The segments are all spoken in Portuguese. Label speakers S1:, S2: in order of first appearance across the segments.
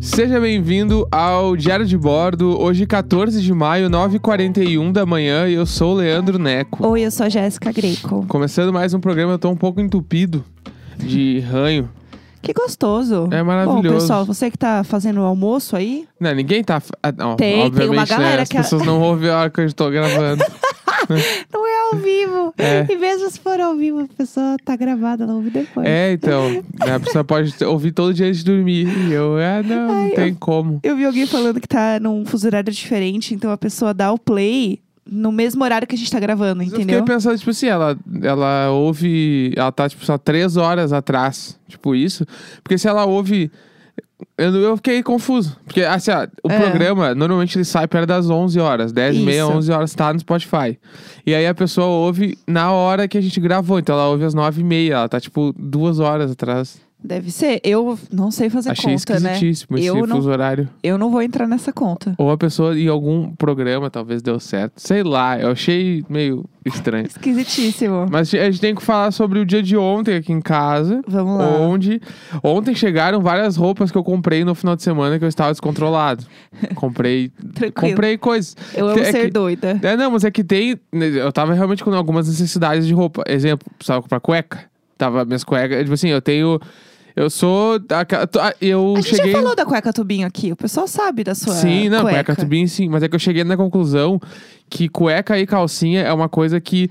S1: Seja bem-vindo ao Diário de Bordo, hoje 14 de maio, 9h41 da manhã, e eu sou o Leandro Neco.
S2: Oi, eu sou a Jéssica Greco.
S1: Começando mais um programa, eu tô um pouco entupido de ranho.
S2: Que gostoso.
S1: É maravilhoso.
S2: Bom, pessoal, você que tá fazendo o almoço aí,
S1: Não, ninguém tá. fa- ah, Não,
S2: Tem- tem uma
S1: obviamente, né?
S2: galera
S1: As
S2: que-
S1: pessoas não ouvem a hora que eu estou gravando.
S2: não é ao vivo.
S1: É.
S2: E mesmo se for ao vivo, a pessoa tá gravada, ela ouve depois.
S1: é, então. né, A pessoa pode ter- ouvir todo dia antes de dormir. E eu, ah, não,
S2: Ai,
S1: não
S2: eu-
S1: tem como.
S2: Eu vi alguém falando que tá num fuso horário diferente, então a pessoa dá o play no mesmo horário que a gente tá gravando,
S1: Mas Eu fiquei
S2: entendeu?
S1: pensando, tipo assim, ela, ela ouve. Ela tá, tipo, só três horas atrás. Tipo, isso. Porque se ela ouve. Eu, eu fiquei confuso. Porque, assim, ó, o
S2: É.
S1: programa, normalmente ele sai perto das 11 horas. 10 e meia,
S2: Isso.
S1: 11 horas, tá no Spotify. E aí a pessoa ouve na hora que a gente gravou. Então ela ouve às 9 e meia. Ela tá, tipo, duas horas atrás.
S2: Deve ser. Eu não sei fazer
S1: Achei
S2: conta, né?
S1: esquisitíssimo esse
S2: Eu não-
S1: fuso horário.
S2: Eu não vou entrar nessa conta.
S1: Ou a pessoa em algum programa talvez deu certo. Sei lá, eu achei meio estranho.
S2: Esquisitíssimo.
S1: Mas a gente tem que falar sobre o dia de ontem aqui em casa.
S2: Vamos lá.
S1: Onde ontem chegaram várias roupas que eu comprei no final de semana que eu estava descontrolado. Comprei.
S2: Tranquilo.
S1: comprei coisas.
S2: Eu amo
S1: É
S2: ser
S1: que-
S2: doida.
S1: É, não, mas é que tem. né, Eu tava realmente com algumas necessidades de roupa. Exemplo, precisava comprar cueca. Tava minhas cuecas. Tipo assim, eu tenho. Eu sou. daquela- tô- ah, Eu
S2: A gente
S1: cheguei.
S2: já falou da cueca tubinho aqui, o pessoal sabe da sua
S1: Sim, não, cueca,
S2: cueca
S1: tubinho sim. Mas é que eu cheguei na conclusão que cueca e calcinha é uma coisa que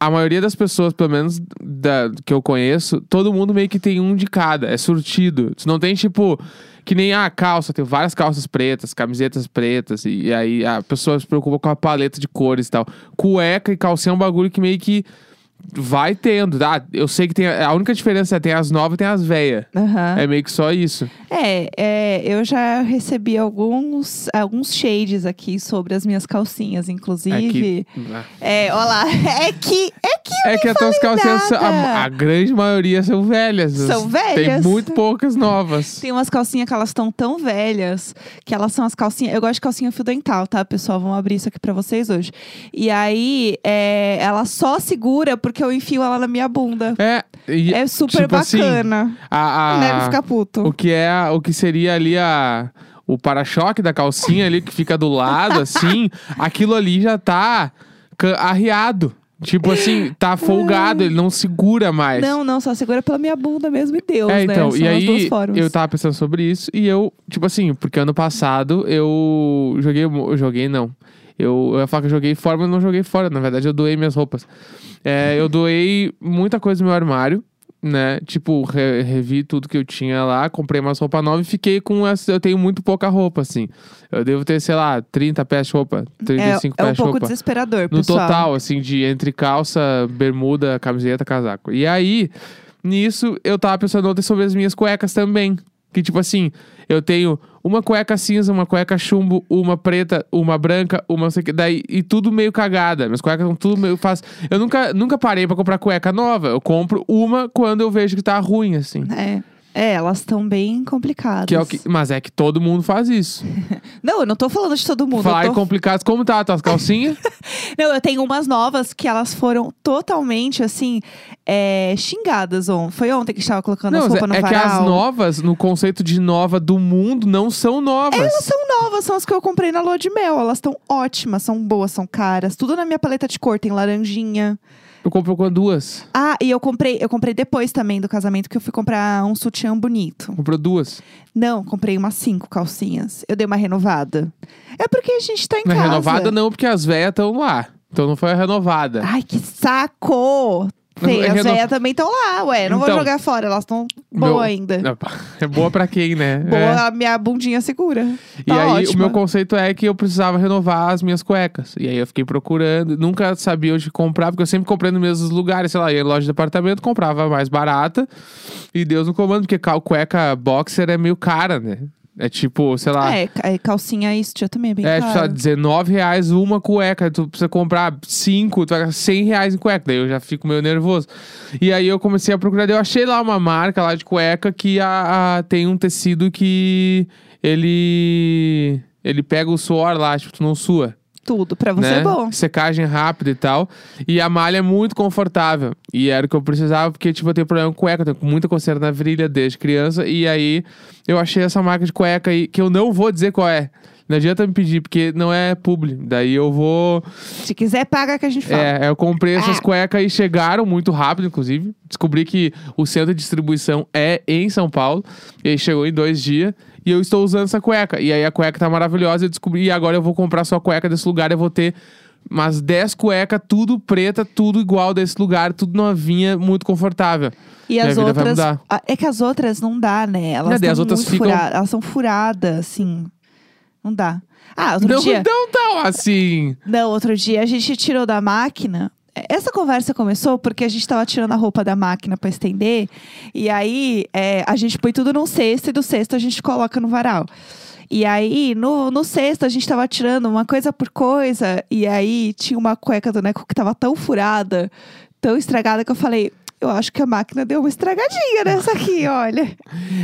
S1: a maioria das pessoas, pelo menos da, que eu conheço, todo mundo meio que tem um de cada, é surtido. Tu não tem tipo. Que nem a calça, tem várias calças pretas, camisetas pretas, e, e aí a pessoa se preocupa com a paleta de cores e tal. Cueca e calcinha é um bagulho que meio que vai tendo. Tá? Eu sei que tem. A a única diferença é tem as novas e tem as velhas.
S2: Aham.
S1: É meio que só isso.
S2: É, é, eu já recebi alguns, alguns shades aqui sobre as minhas calcinhas,
S1: É
S2: inclusive.
S1: que. Ah.
S2: É, olha lá. É que, é que
S1: É que as tuas calcinhas, são- a,
S2: nada.
S1: a grande maioria são velhas.
S2: São
S1: Tem
S2: velhas?
S1: muito poucas novas.
S2: tem umas calcinhas que elas estão tão velhas que elas são as calcinhas. Eu gosto de calcinha fio dental, tá, pessoal? Vamos abrir isso aqui pra vocês hoje. E aí, é, ela só segura porque eu enfio ela na minha bunda.
S1: É, e
S2: É super
S1: tipo assim,
S2: bacana.
S1: a, a-
S2: Não deve ficar puto.
S1: o que é o que seria ali a o para-choque da calcinha ali que fica do lado assim, aquilo ali já tá ca- arriado. Tipo assim, tá folgado, ele não segura mais.
S2: Não, não, só segura pela minha bunda mesmo e Deus,
S1: É, então,
S2: né? São
S1: e
S2: as duas
S1: aí
S2: formas.
S1: eu tava pensando sobre isso e eu, tipo assim, porque ano passado eu joguei, mu- eu joguei não. Eu, eu ia falar que eu joguei fora, mas não joguei fora. Na verdade, eu doei minhas roupas. É, eu doei muita coisa no meu armário, né? Tipo, re- revi tudo que eu tinha lá, comprei umas roupas novas e fiquei com essa. Eu tenho muito pouca roupa, assim. Eu devo ter, sei lá, 30 pés de roupa,
S2: É,
S1: 35
S2: é
S1: pés
S2: um
S1: de
S2: pouco
S1: roupa.
S2: desesperador,
S1: No
S2: pessoal.
S1: total, assim, de entre calça, bermuda, camiseta, casaco. E aí, nisso, eu tava pensando ontem sobre as minhas cuecas também. Que, tipo assim, eu tenho uma cueca cinza, uma cueca chumbo, uma preta, uma branca, uma não sei o que. Daí, e tudo meio cagada. Minhas cuecas são tudo meio fácil. Eu nunca, nunca parei pra comprar cueca nova. Eu compro uma quando eu vejo que tá ruim, assim.
S2: É. É, elas estão bem complicadas.
S1: Que é o que, mas é que todo mundo faz isso.
S2: Não, eu não tô falando de todo mundo.
S1: Falar
S2: eu
S1: em
S2: tô-
S1: complicados. Como tá as tuas calcinhas?
S2: Não, eu tenho umas novas que elas foram totalmente, assim, é, xingadas ontem. Foi ontem que estava colocando as
S1: Não,
S2: roupas
S1: é,
S2: no
S1: é que
S2: varal.
S1: as novas, no conceito de nova do mundo, não são novas.
S2: Elas são novas, são as que eu comprei na lua de mel. Elas estão ótimas, são boas, são caras. Tudo na minha paleta de cor, tem laranjinha.
S1: Eu comprei com duas.
S2: Ah, e eu comprei, eu comprei depois também do casamento que eu fui comprar um sutiã bonito.
S1: Comprou duas.
S2: Não, comprei umas cinco calcinhas. Eu dei uma renovada. É porque a gente tá em
S1: Não é
S2: casa.
S1: renovada, não, porque as velhas estão lá. Então não foi a renovada.
S2: Ai, que saco! Tem,
S1: Tá. É
S2: as
S1: reno-
S2: velhas também estão lá, ué. Não
S1: Então.
S2: vou jogar fora, elas estão
S1: Meu-
S2: boas ainda.
S1: Não, pá, É boa pra quem, né? É.
S2: Ah, Boa, a minha bundinha segura.
S1: E
S2: Tá
S1: aí, o
S2: ótima.
S1: meu conceito é que eu precisava renovar as minhas cuecas. E aí, eu fiquei procurando. Nunca sabia onde comprar, porque eu sempre comprei nos mesmos lugares. Sei lá, ia em loja de departamento, comprava a mais barata. E Deus no comando, porque cal- cueca boxer é meio cara, né? É tipo, sei lá...
S2: É, ca- é, calcinha isso já também é bem
S1: É,
S2: caro.
S1: tipo, sei lá, 19 reais uma cueca. Tu precisa comprar cinco, tu vai gastar 100 reais em cueca. Daí eu já fico meio nervoso. E aí eu comecei a procurar. daí Eu achei lá uma marca lá de cueca que a, a- tem um tecido que ele... Ele pega o suor lá, tipo, tu não sua.
S2: Tudo. Pra você
S1: né?
S2: é bom.
S1: Secagem rápida e tal. E a malha é muito confortável. E era o que eu precisava, porque, tipo, eu tenho problema com cueca. Eu tenho muita coceira na virilha desde criança. E aí, eu achei essa marca de cueca aí, que eu não vou dizer qual é. Não adianta me pedir, porque não é publi. Daí eu vou...
S2: Se quiser, paga que a gente fala.
S1: É, eu comprei essas
S2: Ah.
S1: cuecas e chegaram muito rápido, inclusive. Descobri que o centro de distribuição é em São Paulo. E aí chegou em dois dias. E eu estou usando essa cueca. E aí a cueca tá maravilhosa. Eu descobri. E agora eu vou comprar só a cueca desse lugar. Eu vou ter umas 10 cuecas, tudo preta, tudo igual desse lugar. Tudo novinha, muito confortável.
S2: E
S1: Minha
S2: as
S1: vida vai
S2: outras.
S1: mudar.
S2: Ah, É que as outras não dá, né? Elas,
S1: Cadê?
S2: tão
S1: As outras
S2: muito
S1: ficam-
S2: furadas, elas são furadas, assim. Não dá. Ah, outro
S1: Não,
S2: dia.
S1: não tá assim.
S2: Não, outro dia a gente tirou da máquina. Essa conversa começou porque a gente tava tirando a roupa da máquina pra estender. E aí é, a gente põe tudo num cesto e do cesto a gente coloca no varal. E aí, no, no cesto, a gente tava tirando uma coisa por coisa. E aí tinha uma cueca do Neco que tava tão furada, tão estragada, que eu falei. Eu acho que a máquina deu uma estragadinha nessa aqui, olha.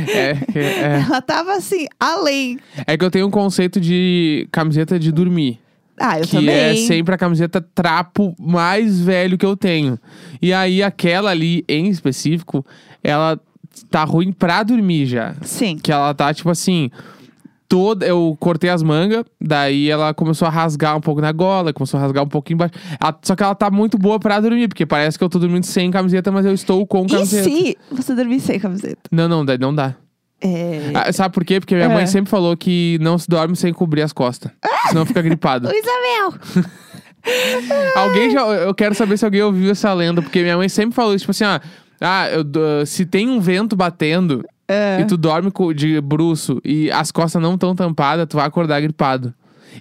S1: É, é, é.
S2: Ela tava assim, além.
S1: É que eu tenho um conceito de camiseta de dormir.
S2: Ah, eu
S1: que
S2: também.
S1: é sempre a camiseta trapo mais velho que eu tenho. E aí, aquela ali em específico, ela tá ruim pra dormir já.
S2: Sim.
S1: Que ela tá tipo assim. Toda, eu cortei as mangas, daí ela começou a rasgar um pouco na gola, começou a rasgar um pouquinho embaixo. Ela- só que ela tá muito boa pra dormir, porque parece que eu tô dormindo sem camiseta, mas eu estou com
S2: E
S1: camiseta.
S2: se você dormir sem camiseta?
S1: Não, não, daí não dá.
S2: É.
S1: Ah, sabe por quê? Porque minha
S2: É. Ah!
S1: mãe sempre falou que não se dorme sem cobrir as costas. Senão fica gripado.
S2: O Isabel!
S1: Alguém já. Eu quero saber se alguém ouviu essa lenda, porque minha mãe sempre falou, isso, tipo assim, ó. Ah, eu do- se tem um vento batendo
S2: É,
S1: e tu dorme co- de bruço e as costas não estão tampadas, tu vai acordar gripado.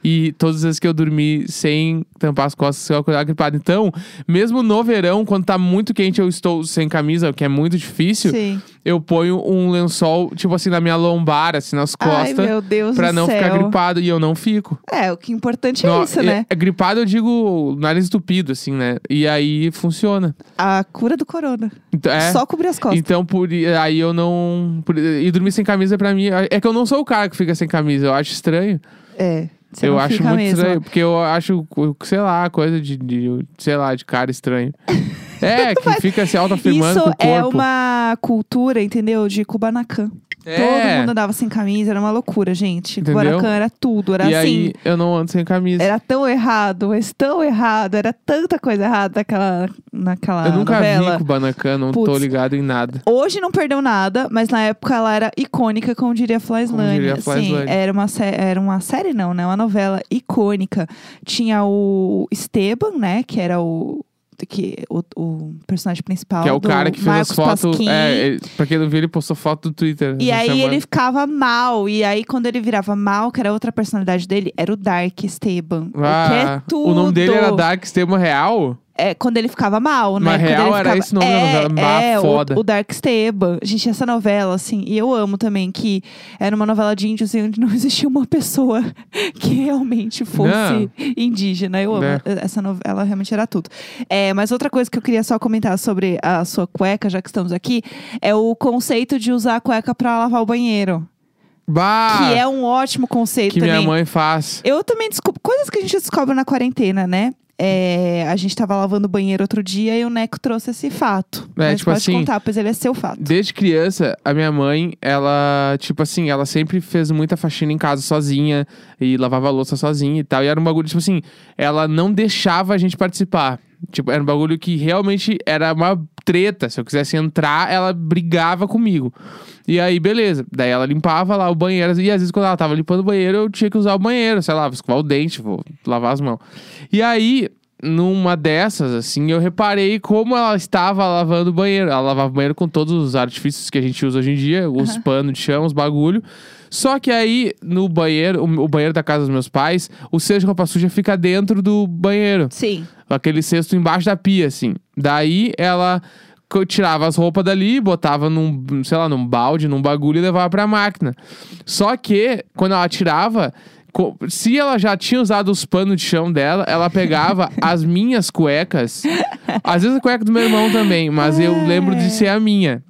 S1: E todas as vezes que eu dormi sem tampar as costas, eu acordar gripado. Então, mesmo no verão, quando tá muito quente, eu estou sem camisa, o que é muito difícil,
S2: Sim.
S1: eu ponho um lençol, tipo assim, na minha lombar, assim, nas
S2: Ai,
S1: costas,
S2: meu Deus
S1: pra
S2: do
S1: não
S2: céu.
S1: ficar gripado. E eu não fico.
S2: É, o que é importante
S1: Não,
S2: é isso,
S1: é-
S2: né?
S1: é gripado, eu digo nariz estupido, assim, né? E aí funciona.
S2: A cura do corona.
S1: Então, é.
S2: Só cobrir as costas.
S1: Então, por, i- aí eu não. por- e dormir sem camisa pra mim. É que eu não sou o cara que fica sem camisa. Eu acho estranho.
S2: É. Você
S1: eu
S2: não
S1: acho
S2: fica
S1: muito
S2: mesmo.
S1: estranho. Porque eu acho, sei lá, coisa de. de- sei lá, de cara estranho. é, que fica se autoafirmando
S2: Isso
S1: com o corpo.
S2: é uma cultura, entendeu? De Kubanacan. Todo
S1: É.
S2: mundo andava sem camisa, era uma loucura, gente.
S1: Entendeu?
S2: Kubanacan era tudo, era
S1: E
S2: assim.
S1: aí eu não ando sem camisa.
S2: Era tão errado, mas tão errado, era tanta coisa errada naquela, naquela
S1: eu nunca
S2: é novela.
S1: vi Kubanacan, não tô
S2: Putz.
S1: ligado em nada.
S2: Hoje não perdeu nada, mas na época ela era icônica, como diria Flaislane.
S1: Como diria a
S2: Sim,
S1: Flaslane.
S2: era uma, sé- era uma série, não, né? Uma novela icônica. Tinha o Esteban, né? Que era o. Que, o, o personagem principal.
S1: Que é o
S2: do
S1: cara que fez
S2: Marcos
S1: as fotos.
S2: Pasquim.
S1: É, ele- pra quem não viu, ele postou foto do Twitter.
S2: E
S1: essa
S2: aí
S1: semana.
S2: ele ficava mal. E aí, quando ele virava mal, que era outra personalidade dele, era o Dark Esteban. o que é
S1: Ah,
S2: tudo.
S1: o nome dele era Dark Esteban Real?
S2: É, quando ele ficava mal, né?
S1: Mas
S2: Quando
S1: real
S2: ele
S1: era
S2: ficava...
S1: esse nome da
S2: é,
S1: novela, bah,
S2: é, o-
S1: foda.
S2: O, Dark Esteban. Gente, essa novela, assim, e eu amo também, que era uma novela de índios e onde não existia uma pessoa que realmente fosse
S1: Não.
S2: indígena. Eu amo.
S1: Né?
S2: Essa novela realmente era tudo. É, mas outra coisa que eu queria só comentar sobre a sua cueca, já que estamos aqui, é o conceito de usar a cueca pra lavar o banheiro.
S1: Bah!
S2: que é um ótimo conceito
S1: Ah. que
S2: também.
S1: minha mãe faz.
S2: Eu também descubro coisas que a gente descobre na quarentena, né? É, a gente tava lavando o banheiro outro dia e o Neco trouxe esse fato.
S1: É,
S2: Mas
S1: tipo
S2: pode
S1: assim,
S2: contar, pois ele é seu fato.
S1: Desde criança, a minha mãe, ela, tipo assim, ela sempre fez muita faxina em casa sozinha e lavava a louça sozinha e tal. E era um bagulho, tipo assim, ela não deixava a gente participar. Tipo, era um bagulho que realmente era uma treta. Se eu quisesse entrar, ela brigava comigo. E aí, beleza. Daí ela limpava lá o banheiro. E às vezes, quando ela tava limpando o banheiro, eu tinha que usar o banheiro, sei lá, vou escovar o dente, vou lavar as mãos. E aí, numa dessas, assim, eu reparei como ela estava lavando o banheiro. Ela lavava o banheiro com todos os artifícios que a gente usa hoje em dia, os panos de chão, os bagulho. Só que aí, no banheiro, o, o banheiro da casa dos meus pais, o cesto de roupa suja fica dentro do banheiro
S2: Sim.
S1: aquele cesto embaixo da pia, assim. Daí ela co- tirava as roupas dali, botava num, sei lá, num balde, num bagulho e levava pra máquina. Só que, quando ela tirava, co- se ela já tinha usado os panos de chão dela, ela pegava as minhas cuecas. Às vezes a cueca do meu irmão também, mas eu lembro de ser a minha.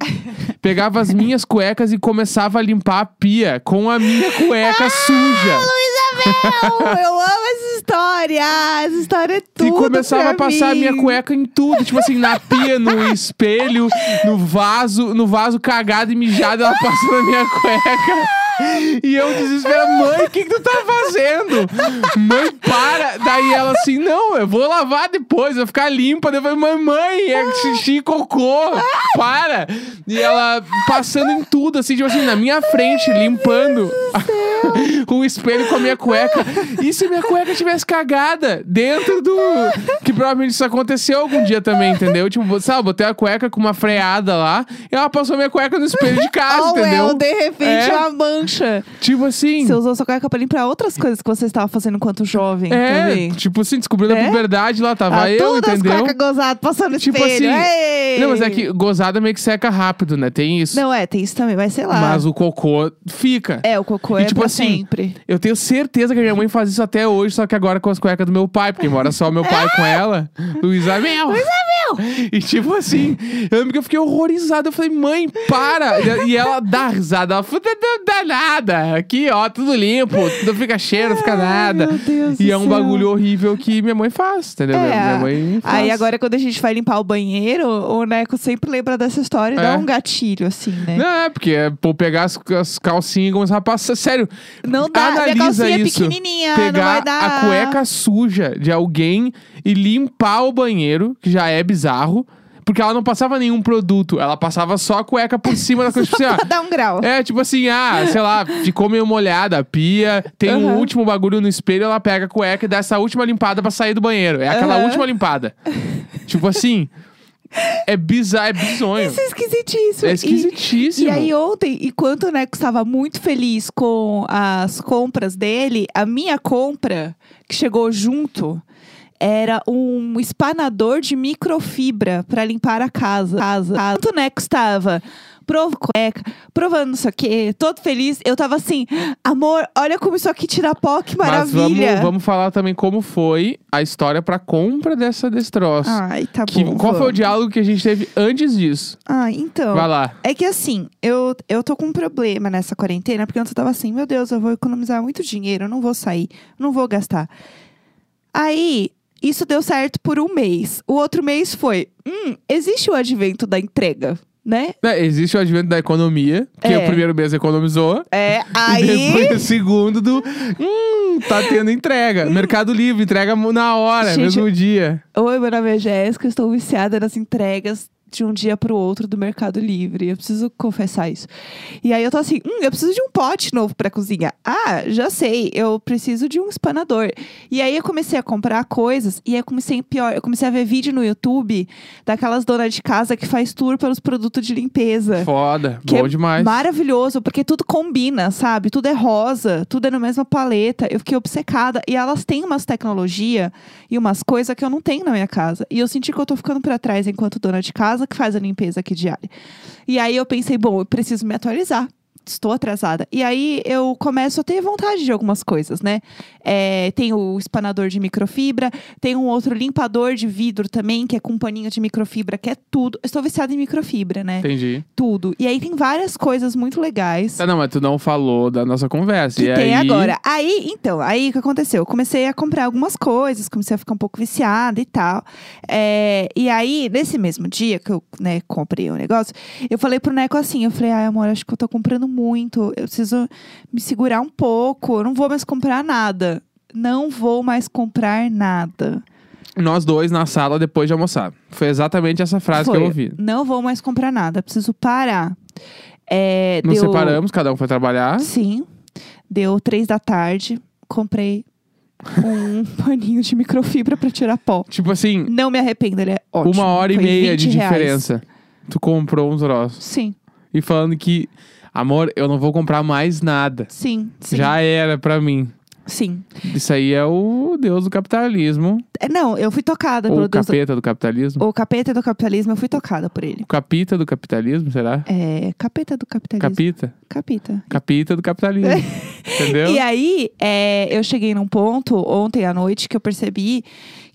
S1: Pegava as minhas cuecas e começava a limpar a pia com a minha cueca suja.
S2: Isabel! eu amo essa história! Essa história é tudo.
S1: e começava
S2: pra
S1: a passar
S2: mim.
S1: a minha cueca em tudo. Tipo assim, na pia, no espelho, no vaso, no vaso cagado e mijado, ela passou na minha cueca. E eu desespero, mãe, o que, que tu tá fazendo? Mãe, para! Daí ela assim, não, eu vou lavar depois, vai ficar limpa. Daí eu falei, mamãe, é xixi e cocô, para! E ela passando em tudo, assim, tipo assim, na minha frente, limpando com o espelho com a minha cueca. E se minha cueca tivesse cagada dentro do. Que provavelmente isso aconteceu algum dia também, entendeu? Tipo, sabe, eu botei a cueca com uma freada lá e ela passou minha cueca no espelho de casa,
S2: Oh,
S1: entendeu?
S2: well, de repente,
S1: É.
S2: uma mancha.
S1: Tipo assim.
S2: Você usou sua cueca pra limpar outras coisas que você estava fazendo enquanto jovem.
S1: É,
S2: também.
S1: tipo assim, descobrindo a
S2: É?
S1: puberdade lá, tava
S2: ah,
S1: eu,
S2: todas
S1: entendeu?
S2: as cuecas gozadas passando no
S1: Tipo
S2: espelho.
S1: assim,
S2: Ei!
S1: Não, mas é que gozada meio que seca rápido, né? Tem isso.
S2: Não, é, tem isso também, mas sei lá.
S1: Mas o cocô fica.
S2: É, o cocô
S1: E
S2: é
S1: tipo
S2: pra
S1: assim,
S2: sempre.
S1: Eu tenho certeza que a minha mãe faz isso até hoje, só que agora com as cuecas do meu pai, porque mora só meu pai com ela, o Isabel.
S2: é.
S1: Isabel! E tipo assim, eu lembro que eu fiquei horrorizado. Eu falei, mãe, para! E- E ela dá risada, ela fala, "Não dá nada. Aqui, ó, tudo limpo, não fica cheiro, não fica
S2: Ai,
S1: nada.
S2: meu Deus
S1: E
S2: do
S1: é um
S2: céu.
S1: bagulho horrível que minha mãe faz, entendeu? Minha- né? Minha mãe faz.
S2: É. Aí agora quando a gente vai limpar o banheiro, o Neco sempre lembra dessa história e
S1: É.
S2: dá um gatilho, assim, né?
S1: Não, é porque é por pegar as, as calcinhas e começar a passar. Sério,
S2: Não, dá, minha
S1: analisa
S2: calcinha é
S1: isso.
S2: pequenininha, não
S1: pegar
S2: vai dar.
S1: a cueca suja de alguém e limpar o banheiro, que já é bizarro, porque ela não passava nenhum produto, ela passava só a cueca por cima da coisa. Tipo assim,
S2: Pra
S1: ó,
S2: dar um grau.
S1: é, tipo assim, ah, sei lá, ficou meio molhada a pia, tem um
S2: Aham.
S1: último bagulho no espelho, ela pega a cueca e dá essa última limpada pra sair do banheiro. É aquela
S2: Aham.
S1: última limpada. tipo assim, é bizarro, é bizonho.
S2: Isso é esquisitíssimo.
S1: É
S2: E-
S1: esquisitíssimo.
S2: E né, aí ontem, enquanto o Neco estava muito feliz com as compras dele, a minha compra, que chegou junto, era um espanador de microfibra para limpar a casa. casa, casa. Enquanto o Neco estava provando cueca, provando isso aqui, todo feliz, eu tava assim, amor, olha como isso aqui tira pó, que
S1: Mas
S2: maravilha.
S1: vamos, vamos falar também como foi a história pra compra dessa desse troço.
S2: Ai, tá
S1: Que-
S2: bom.
S1: qual foi o
S2: vamos.
S1: diálogo que a gente teve antes disso?
S2: Ah, então.
S1: Vai lá.
S2: É que assim, eu, eu tô com um problema nessa quarentena, porque antes eu tava assim, meu Deus, eu vou economizar muito dinheiro, eu não vou sair, eu não vou gastar. Aí, isso deu certo por um mês. O outro mês foi, hum, existe o advento da entrega, né?
S1: Né, existe o advento da economia, que
S2: É.
S1: o primeiro mês economizou.
S2: É,
S1: E
S2: aí...
S1: depois o segundo do. Hum, tá tendo entrega. Mercado Livre, entrega na hora,
S2: Hum. Gente,
S1: mesmo dia.
S2: Oi, meu nome é Jéssica, eu estou viciada nas entregas de um dia pro outro do Mercado Livre. Eu preciso confessar isso. E aí eu tô assim, hum, eu preciso de um pote novo pra cozinha. Ah, já sei, eu preciso de um espanador. E aí eu comecei a comprar coisas e aí eu comecei pior, eu comecei a ver vídeo no YouTube daquelas donas de casa que faz tour pelos produtos de limpeza.
S1: Foda.
S2: Que
S1: Bom
S2: é
S1: demais.
S2: Maravilhoso, porque tudo combina, sabe? Tudo é rosa, tudo é na mesma paleta. Eu fiquei obcecada. E elas têm umas tecnologia e umas coisas que eu não tenho na minha casa. E eu senti que eu tô ficando pra trás enquanto dona de casa que faz a limpeza aqui diária. E aí eu pensei, bom, eu preciso me atualizar. Estou atrasada. E aí eu começo a ter vontade de algumas coisas, né? É, tem o espanador de microfibra, tem um outro limpador de vidro também, que é com paninho de microfibra, que é tudo. Eu estou viciada em microfibra, né?
S1: Entendi.
S2: tudo. E aí tem várias coisas muito legais.
S1: Tá, não, mas tu não falou da nossa conversa.
S2: Que
S1: e
S2: tem
S1: aí-
S2: agora. Aí, então, aí o que aconteceu? Eu comecei a comprar algumas coisas, comecei a ficar um pouco viciada e tal. É, e aí, nesse mesmo dia que eu né, comprei o negócio, eu falei pro Neco assim: eu falei, ai, amor, acho que eu tô comprando muito, eu preciso me segurar um pouco, eu não vou mais comprar nada. Não vou mais comprar nada.
S1: Nós dois na sala depois de almoçar. Foi exatamente essa frase
S2: Foi,
S1: que eu ouvi.
S2: Não vou mais comprar nada, preciso parar. É,
S1: Nos
S2: deu-
S1: separamos, cada um foi trabalhar.
S2: Sim. Deu três da tarde, comprei um paninho de microfibra pra tirar pó.
S1: Tipo assim,
S2: Não me arrependo, ele é ótimo.
S1: Uma hora e
S2: Foi
S1: meia de
S2: 20 reais.
S1: diferença. Tu comprou uns troços.
S2: Sim,
S1: E falando que, amor, eu não vou comprar mais nada.
S2: sim, sim.
S1: Já era pra mim.
S2: Sim.
S1: Isso aí é o deus do capitalismo.
S2: É, Não, eu fui tocada
S1: Ou
S2: pelo
S1: o
S2: Deus
S1: capeta do capitalismo.
S2: do... O capeta do capitalismo, eu fui tocada por ele.
S1: O capita do capitalismo, será?
S2: É, capeta do capitalismo.
S1: Capita?
S2: Capita.
S1: Capita do capitalismo. Entendeu?
S2: E aí, é, eu cheguei num ponto ontem à noite que eu percebi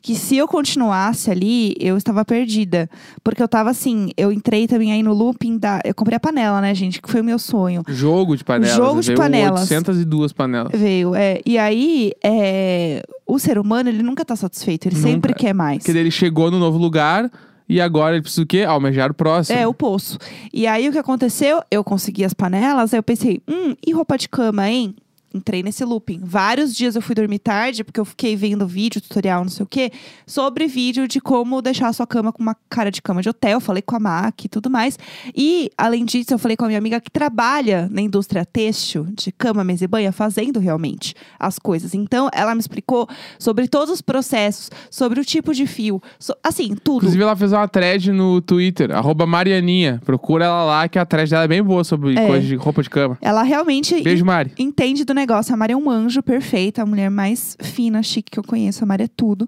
S2: que se eu continuasse ali, eu estava perdida. Porque eu tava assim, eu entrei também aí no looping da. Eu comprei a panela, né, gente? Que foi o meu sonho.
S1: Jogo de panelas.
S2: Jogo de
S1: veio
S2: panelas.
S1: 802 panelas.
S2: Veio. É, e aí, é, o ser humano, ele nunca tá satisfeito, ele sempre
S1: Nunca.
S2: quer mais.
S1: Porque daí ele chegou no novo lugar e agora ele precisa o quê? Almejar o próximo.
S2: É, o poço. E aí o que aconteceu? Eu consegui as panelas, aí eu pensei, hum, e roupa de cama, hein? Entrei nesse looping. Vários dias eu fui dormir tarde, porque eu fiquei vendo vídeo, tutorial, não sei o quê, sobre vídeo de como deixar a sua cama com uma cara de cama de hotel. Falei com a Mac e tudo mais. E, além disso, eu falei com a minha amiga que trabalha na indústria têxtil, de cama, mesa e banha, fazendo realmente as coisas. Então, ela me explicou sobre todos os processos, sobre o tipo de fio, so- assim, tudo.
S1: Inclusive, ela fez uma thread no Twitter, arroba Marianinha. Procura ela lá, que a thread dela é bem boa sobre
S2: É.
S1: coisa de roupa de cama.
S2: Ela realmente
S1: Beijo, Mari.
S2: entende do negócio. A Mari é um anjo perfeita, a mulher mais fina, chique que eu conheço. A Mari é tudo.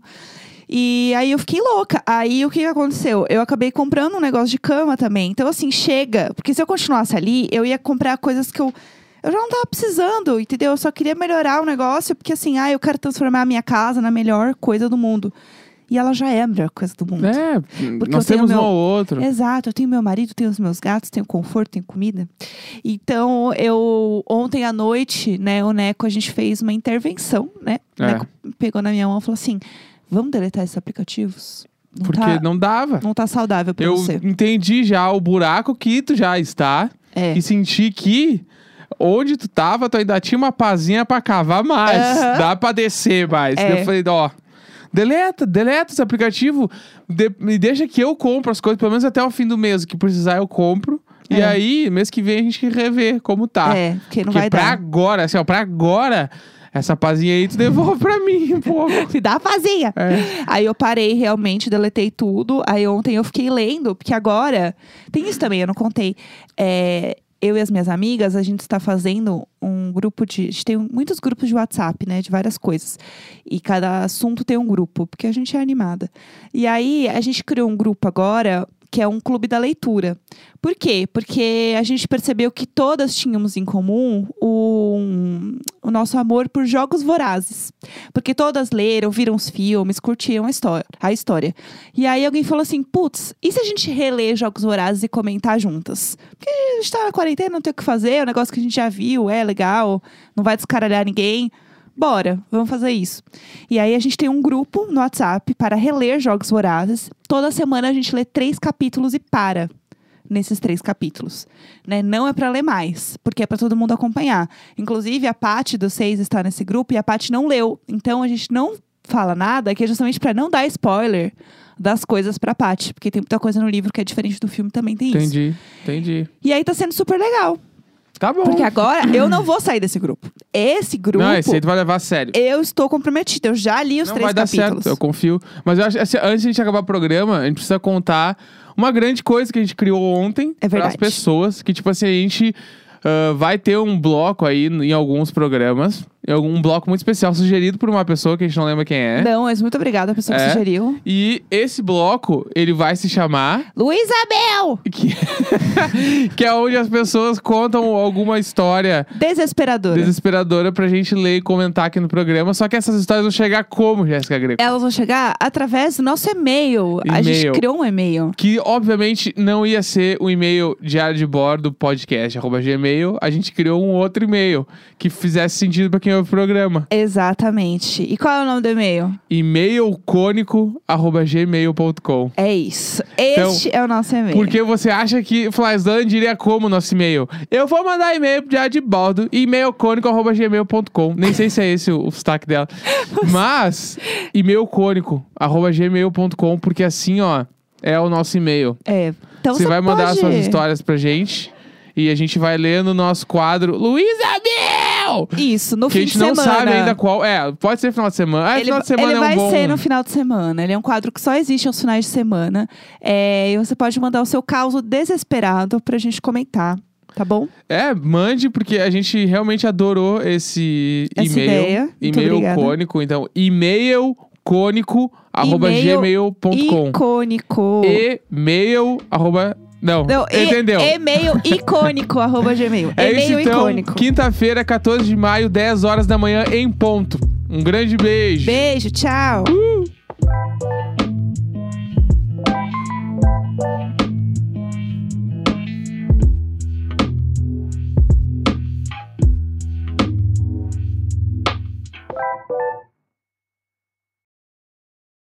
S2: E aí eu fiquei louca. Aí o que que aconteceu? Eu acabei comprando um negócio de cama também. Então, assim, chega. Porque se eu continuasse ali, eu ia comprar coisas que eu. Eu já não tava precisando, entendeu? Eu só queria melhorar o negócio, porque assim, ah, eu quero transformar a minha casa na melhor coisa do mundo. E ela já é a melhor coisa do mundo.
S1: É,
S2: Porque
S1: nós
S2: eu tenho
S1: temos um
S2: meu- É,
S1: ao outro.
S2: Exato, eu tenho meu marido, tenho os meus gatos, tenho conforto, tenho comida. Então, eu ontem à noite, né, o Neco, a gente fez uma intervenção, né? O
S1: É.
S2: Neco pegou na minha mão e falou assim: vamos deletar esses aplicativos? Não,
S1: porque
S2: tá,
S1: não dava.
S2: não tá saudável pra
S1: Eu
S2: você.
S1: entendi já o buraco que tu já está.
S2: É.
S1: E senti que onde tu tava, tu ainda tinha uma pazinha pra cavar mais.
S2: Aham.
S1: Dá pra descer mais.
S2: É.
S1: Daí Eu falei, ó. Deleta, deleta esse aplicativo. de- me deixa que eu compro as coisas, pelo menos até o fim do mês. O que precisar, eu compro. E
S2: É.
S1: aí, mês que vem, a gente revê como tá.
S2: É, porque não
S1: Porque
S2: vai
S1: pra
S2: dar.
S1: agora, assim, ó, pra agora, essa pazinha aí tu devolve pra mim, pô.
S2: Me dá a fazinha.
S1: É.
S2: Aí eu parei realmente, deletei tudo. Aí ontem eu fiquei lendo, porque agora. Tem isso também, eu não contei. É, eu e as minhas amigas, a gente está fazendo um grupo de. A gente tem um- muitos grupos de WhatsApp, né? De várias coisas. E cada assunto tem um grupo, porque a gente é animada. E aí a gente criou um grupo agora. Que é um clube da leitura. Por quê? Porque a gente percebeu que todas tínhamos em comum um- o nosso amor por jogos vorazes. Porque todas leram, viram os filmes, curtiam a história. A história. E aí alguém falou assim: putz, e se a gente reler Jogos Vorazes e comentar juntas? Porque a gente tá na quarentena, não tem o que fazer, é um negócio que a gente já viu, é legal, não vai descaralhar ninguém. Bora, vamos fazer isso. E aí a gente tem um grupo no WhatsApp para reler Jogos Vorazes. Toda semana a gente lê três capítulos e para nesses três capítulos. Né? Não é para ler mais, porque é para todo mundo acompanhar. Inclusive, a Paty dos seis está nesse grupo e a Paty não leu. Então, a gente não fala nada, que é justamente para não dar spoiler das coisas para Paty. Porque tem muita coisa no livro que é diferente do filme, também tem isso.
S1: Entendi, entendi.
S2: E aí tá sendo super legal.
S1: Tá bom.
S2: Porque agora eu não vou sair desse grupo. Esse grupo,
S1: Não, esse aí tu vai levar a sério.
S2: eu estou comprometida. Eu já li os
S1: Não
S2: três
S1: vai dar
S2: capítulos.
S1: certo, eu confio. Mas eu acho assim, antes de a gente acabar o programa, a gente precisa contar uma grande coisa que a gente criou ontem para
S2: É verdade.
S1: as pessoas, que tipo assim, a gente ah, vai ter um bloco aí n- em alguns programas, em algum- um bloco muito especial sugerido por uma pessoa que a gente não lembra quem é.
S2: Não, mas muito obrigada a pessoa que
S1: É.
S2: sugeriu.
S1: E esse bloco, ele vai se chamar
S2: Luísa Bel!
S1: que, que é onde as pessoas contam alguma história
S2: Desesperadora.
S1: desesperadora pra gente ler e comentar aqui no programa. Só que essas histórias vão chegar como, Jéssica Greco?
S2: Elas vão chegar através do nosso e-mail. A gente
S1: E-mail.
S2: criou um e-mail.
S1: que obviamente não ia ser o e-mail diário de bordo podcast arroba gmail a gente criou um outro e-mail que fizesse sentido pra quem ouve o programa
S2: Exatamente. E qual é o nome do e-mail?
S1: e-mail cônico arroba gmail.com
S2: É isso.
S1: Então,
S2: Este é o nosso e-mail.
S1: porque você acha que Flasdan diria como o nosso e-mail? Eu vou mandar e-mail pro diário de bordo, e-mail cônico arroba gmail.com. Nem sei se é esse o, o sotaque dela. Mas, e-mail cônico arroba gmail.com, porque assim, ó, é o nosso e-mail.
S2: É. Então
S1: você vai mandar
S2: pode...
S1: suas histórias pra gente. E a gente vai ler no nosso quadro Luísa Mel!
S2: Isso, no
S1: Que a
S2: fim de
S1: gente não
S2: semana.
S1: sabe ainda qual. É, pode ser final de semana. Ah,
S2: Ele,
S1: final de semana
S2: ele
S1: é um
S2: vai
S1: bom.
S2: ser no final de semana. Ele é um quadro que só existe aos finais de semana. É, e você pode mandar o seu caos desesperado pra gente comentar, tá bom?
S1: É, mande, porque a gente realmente adorou esse
S2: Essa ideia.
S1: e-mail.
S2: Muito
S1: E-mail
S2: obrigada.
S1: cônico. Então, e-mail cônico arroba
S2: E-mail
S1: gmail.com.
S2: Icônico.
S1: E-mail arroba. Não,
S2: Não, e-
S1: entendeu?
S2: E-mail icônico, arroba gmail.
S1: É
S2: e-mail
S1: isso então.
S2: icônico.
S1: Quinta-feira, 14 de maio, 10 horas da manhã, em ponto. Um grande beijo.
S2: Beijo, tchau.